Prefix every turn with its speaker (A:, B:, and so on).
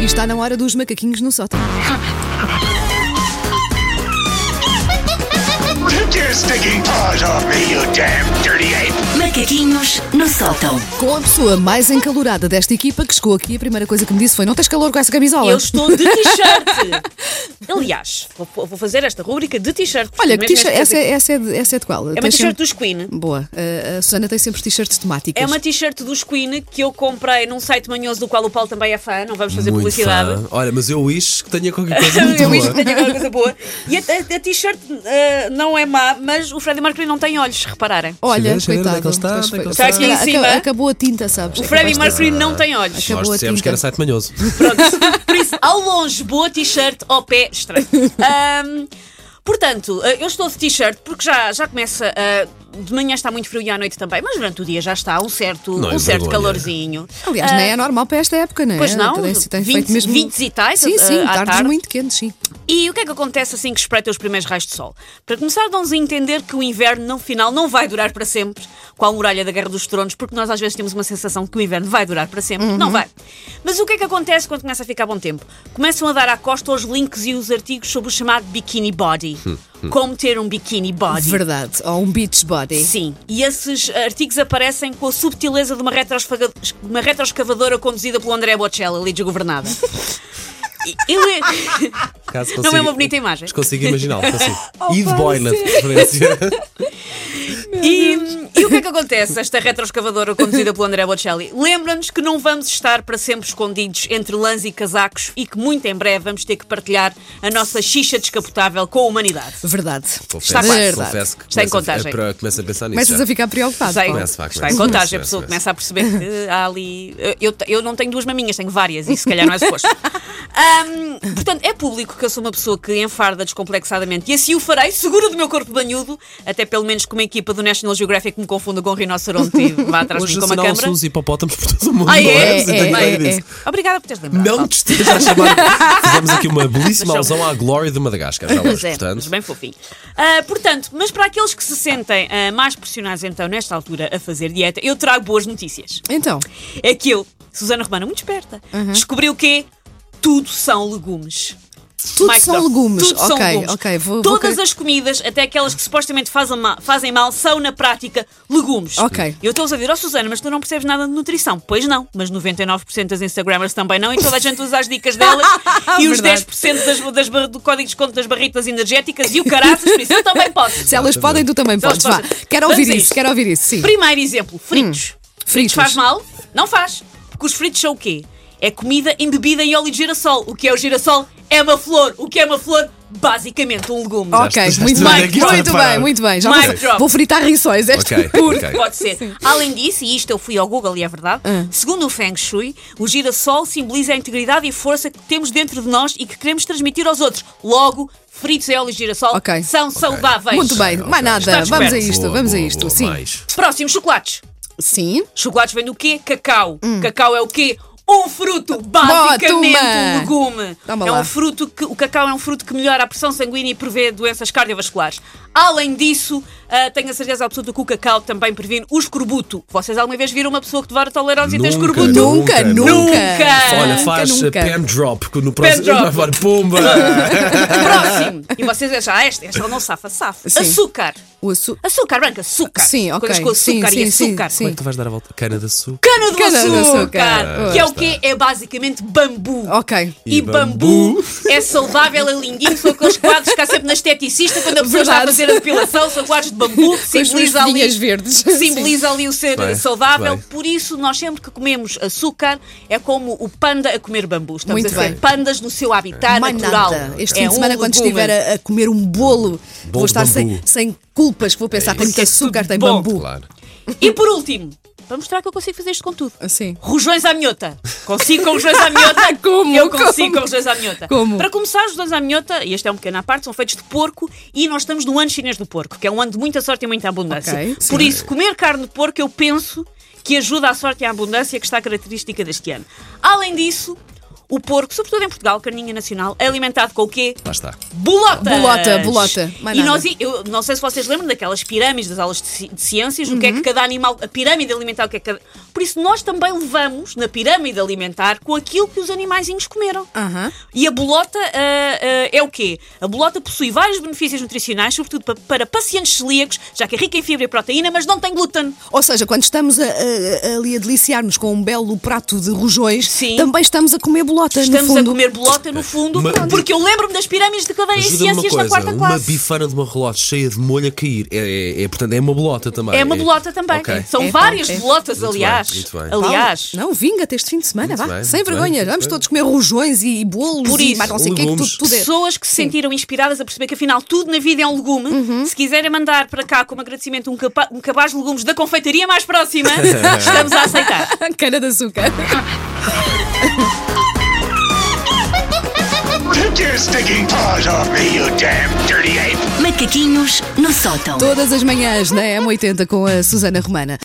A: E está na hora dos macaquinhos no sótão.
B: Take your stinking paws off me, you damn dirty ape!
C: Macaquinhos no sótão.
A: Com a pessoa mais encalorada desta equipa que chegou aqui, a primeira coisa que me disse foi: Não tens calor com essa camisola?
D: Eu estou de t-shirt. Aliás, vou, vou fazer esta rúbrica de t-shirt.
A: Olha, que
D: Mesmo
A: t-shirt,
D: neste
A: essa,
D: caso
A: é- essa é de, essa é de qual?
D: aqui. é uma t-shirt dos Queen.
A: Boa. A, a Susana tem sempre t-shirts temáticas.
D: É uma t-shirt dos Queen que eu comprei num site manhoso do qual o Paulo também é fã, não vamos fazer
E: Muito
D: publicidade.
E: fã. Olha, mas eu wish que tenha qualquer coisa muito
D: Eu
E: boa.
D: wish que tenha alguma coisa boa. E a, a- a t-shirt eh, não é má, mas o Freddie Mercury não tem olhos, se repararem.
A: Olha,
E: Deixa eu ver onde é
A: coitado.
E: que ele está,
A: Pois
E: onde é que
A: foi.
E: ele
D: está. Está aqui em
A: Aca-
D: cima.
A: Acabou a tinta, sabes?
D: O Freddie Mercury não tem olhos.
E: Nós
A: Acabou a
E: dissemos que era
A: tinta.
E: site manhoso.
D: Por isso, ao longe, boa t-shirt, ao pé, estranho. Ahm, portanto, eh, eu estou de t-shirt porque já, já começa. eh, de manhã está muito frio e à noite também, mas durante o dia já está um certo,
E: Não é
D: um certo
E: vergonha.
D: calorzinho.
A: Aliás,
D: Ah,
A: nem é normal para esta época, não é?
D: Pois não,
A: Tem, tem
D: 20
A: feito mesmo...
D: 20 e tais,
A: Sim,
D: eh,
A: sim,
D: à
A: tardes
D: tarde.
A: muito quentes, sim.
D: E o que é que acontece assim que espreita os primeiros raios de sol? Para começar, dão-nos a entender que o inverno, no final, não vai durar para sempre, com a muralha da Guerra dos Tronos, porque nós às vezes temos uma sensação que o inverno vai durar para sempre. Não vai. Mas o que é que acontece quando começa a ficar bom tempo? Começam a dar à costa os links e os artigos sobre o chamado bikini body. Como ter um bikini body.
A: Verdade. Ou um beach body.
D: Sim, e esses artigos aparecem com a subtileza de uma, retroesfaga- uma retroescavadora conduzida pelo André Bocelli, ali desgovernada. E- Ele... é-
E: Caso
D: Não
E: consiga-
D: é uma bonita imagem. Oh,
E: Mas consigo imaginar. Consigo. e de boiler, de preferência.
D: E, e o que é que acontece? Esta retroescavadora conduzida pelo André Bocelli lembra-nos que não vamos estar para sempre escondidos entre lãs e casacos e que muito em breve vamos ter que partilhar a nossa xixa descapotável com a humanidade.
A: Verdade.
E: Confesso,
D: Está quase.
A: Verdade.
E: confesso que
D: Está em
E: começo a-
D: contagem.
E: A, a, começo a pensar nisso.
A: Começas
E: já.
A: a ficar preocupado.
D: Está em,
A: Paulo.
E: Ah, Começa, vá,
D: está
E: começa,
D: em contagem,
E: começa,
D: a pessoa
E: começa.
D: começa a perceber que eh, há ali. Eu, eu não tenho duas maminhas, tenho várias, e se calhar não é suposto. Ahm, portanto, é público que eu sou uma pessoa que enfarda descomplexadamente e assim o farei, segura do meu corpo banhudo, até pelo menos com uma equipa do National Geographic que me confunda com um rinoceronte e vá atrás de
E: Hoje
D: mim com uma
E: assinalam-se
D: câmara.
E: uns hipopótamos por todo o mundo.
D: Ah,
E: não
D: é? Ah.
E: Você
A: É,
E: tem que
A: é,
E: ver
A: é.
E: isso.
D: Obrigada por teres lembrado.
E: Não te estejas a chamar. Fizemos aqui uma belíssima alusão à glória de Madagascar. Já
D: Pois
E: hoje,
D: é,
E: portanto.
D: mas bem fofinho. Ah, portanto, mas para aqueles que se sentem ah, mais pressionados, então, nesta altura, a fazer dieta, eu trago boas notícias.
A: Então,
D: É que eu, Susana Romana, muito esperta, descobriu que tudo são legumes.
A: tudo
D: Mic
A: são
D: drop.
A: legumes.
D: Tudo
A: ok,
D: são legumes.
A: ok. Vou, vou
D: Todas
A: querer-
D: as comidas, até aquelas que supostamente fazem ma- fazem mal, são na prática legumes.
A: Ok.
D: Eu estou a dizer, ó Susana, mas tu não percebes nada de nutrição. Pois não, mas 99% das Instagramers também não e toda a gente usa as dicas delas e os
A: Verdade.
D: 10% das, das, bar- do código de desconto das barritas energéticas e o caraças, por isso eu também posso.
A: Se elas podem, tu também
D: Se elas
A: podes. Vá.
D: podem.
A: Quero ouvir
D: Vamos a
A: isso,
D: isto.
A: quero ouvir isso. Sim.
D: Primeiro exemplo, fritos.
A: fritos.
D: fritos. faz mal? Não faz. Porque os fritos são o quê? É comida embebida em óleo de girassol. O que é o girassol? É uma flor. O que é uma flor? Basicamente um legume.
A: Ok,
E: Já
A: muito
E: estou
A: bem,
E: aqui
A: muito bem,
E: preparado.
A: muito bem. Já
D: Mic
A: vou,
D: drop.
A: vou fritar rissóis. é Este
E: Ok,
A: puro.
E: ok.
D: Pode ser. Além disso, e isto eu fui ao Google e é verdade,
A: Ah.
D: segundo o Feng Shui, o girassol simboliza a integridade e força que temos dentro de nós e que queremos transmitir aos outros. Logo, fritos em óleo de girassol
A: Ok.
D: são saudáveis.
A: Muito bem,
E: Ok,
A: mais
E: ok.
A: nada.
D: Estás
A: Vamos a
D: esperto.
A: isto,
E: É Boa,
A: vamos a
E: boa,
A: isto.
E: boa,
A: sim.
E: mais.
D: Próximo, chocolates.
A: Sim.
D: Chocolates vem do quê? Cacau.
A: Hum.
D: Cacau é o quê? Um fruto, basicamente
A: toma.
D: um legume.
A: Toma
D: é
A: lá.
D: um fruto que o cacau é um fruto que melhora a pressão sanguínea e prevê doenças cardiovasculares. Além disso, ah, tenho a certeza absoluta que o cacau também previne o escorbuto. Vocês alguma vez viram uma pessoa que devora tolerância e
E: Nunca,
D: tem escorbuto?
E: nunca.
A: Nunca, nunca.
D: Nunca.
E: Olha, faz
A: nunca.
E: eh, pen drop que no próximo.
D: drop.
E: Vai embora, Pumba!
D: Próximo. E vocês acham, ah, esta, esta não safa, safa.
A: Sim.
D: Açúcar.
A: O açu-
D: Açúcar branco, açúcar.
A: Sim, ok.
D: Coisas com
A: Sim,
D: açúcar e
A: sim, sim,
D: açúcar.
A: sim.
E: Como é que tu vais dar a volta? Cana de açúcar.
D: Cana do
A: Cana de açúcar.
D: açúcar, que é o quê? É basicamente bambu.
A: Ok.
D: E,
E: E
D: bambu,
E: bambu.
D: é saudável, é lindinho, são aqueles quadros que há sempre na esteticista quando a pessoa está a
A: Verdade.
D: fazer a depilação, são quadros de bambu que
A: as
D: simboliza
A: suas
D: ali,
A: folhinhas verdes.
D: que simboliza ali o ser
E: Bem,
D: saudável.
E: bem.
D: Por isso, nós sempre que comemos açúcar, é como o panda a comer bambu. Estamos
A: Muito
D: a ser
A: bem.
D: pandas no seu habitat
A: Mais
D: natural.
A: nada. Este
D: É
A: fim de
D: um
A: semana, quando
D: legume.
A: estiver a, a comer um bolo, É vou
E: de
A: estar sem,
E: bambu.
A: sem culpas, que vou pensar, tem muito açúcar, tem
D: bom.
A: bambu.
E: Claro.
D: E por último, para mostrar que eu consigo fazer isto com tudo.
A: Sim.
D: Rojões à minhota. Consigo com rojões à minhota?
A: Como?
D: Eu consigo
A: Como?
D: com rojões à minhota.
A: Como?
D: Para começar, os rojões à minhota, e este é um pequeno à parte, são feitos de porco e nós estamos no ano chinês do porco, que é um ano de muita sorte e muita abundância.
A: Ok,
D: Por isso, comer carne de porco, eu penso que ajuda à sorte e à abundância que está característica deste ano. Além disso, O porco, sobretudo em Portugal, carninha nacional, é alimentado com o quê?
E: Lá está.
D: Bolotas!
A: Bolota, bolota, mais
D: E
A: nada.
D: nós, i- eu não sei se vocês lembram daquelas pirâmides das aulas de, ci- de ciências, o que
A: Uhum.
D: é que cada animal, a pirâmide alimentar, o que é que cada. Por isso, nós também levamos na pirâmide alimentar com aquilo que os animaizinhos comeram.
A: Aham.
D: E a bolota ah, ah, é o quê? A bolota possui vários benefícios nutricionais, sobretudo pa- para, pacientes celíacos, já que é rica em fibra e proteína, mas não tem glúten.
A: Ou seja, quando estamos a- a- a- ali a deliciar-nos com um belo prato de rojões,
D: Sim.
A: também estamos a comer bolota, no
D: Estamos a
A: fundo.
D: comer bolota, no fundo,
E: Ma-
D: porque eu lembro-me das pirâmides de cadeira em
E: Ajuda-me uma
D: ciências na
E: coisa,
D: quarta
E: uma
D: classe.
E: bifana de uma relógio cheia de molho a cair. É, é- é, portanto, é uma bolota também.
D: É uma bolota também.
E: Ok.
D: São
A: É,
D: várias
A: é.
D: bolotas,
E: Muito bem,
D: aliás.
E: muito bem.
A: Paulo,
D: Aliás.
A: Não, vinga-te este fim de semana,
E: Muito
A: vá.
E: bem,
A: Sem
E: muito
A: vergonha.
E: bem,
A: Vamos
E: muito
A: todos comer rojões e bolos
D: Por
A: e
D: isso,
A: mais não sei o que é que
E: legumes.
A: tudo, tudo é.
D: Pessoas que se sentiram inspiradas a perceber que afinal tudo na vida é um legume,
A: Uhum.
D: se quiserem mandar para cá como agradecimento um, capa- um cabaz de legumes da confeitaria mais próxima, estamos a aceitar.
A: Cana é. de açúcar.
B: Take your stinking paws off me, you damn dirty ape!
C: Macaquinhos no sótão.
A: Todas as manhãs na M80 com a Susana Romana.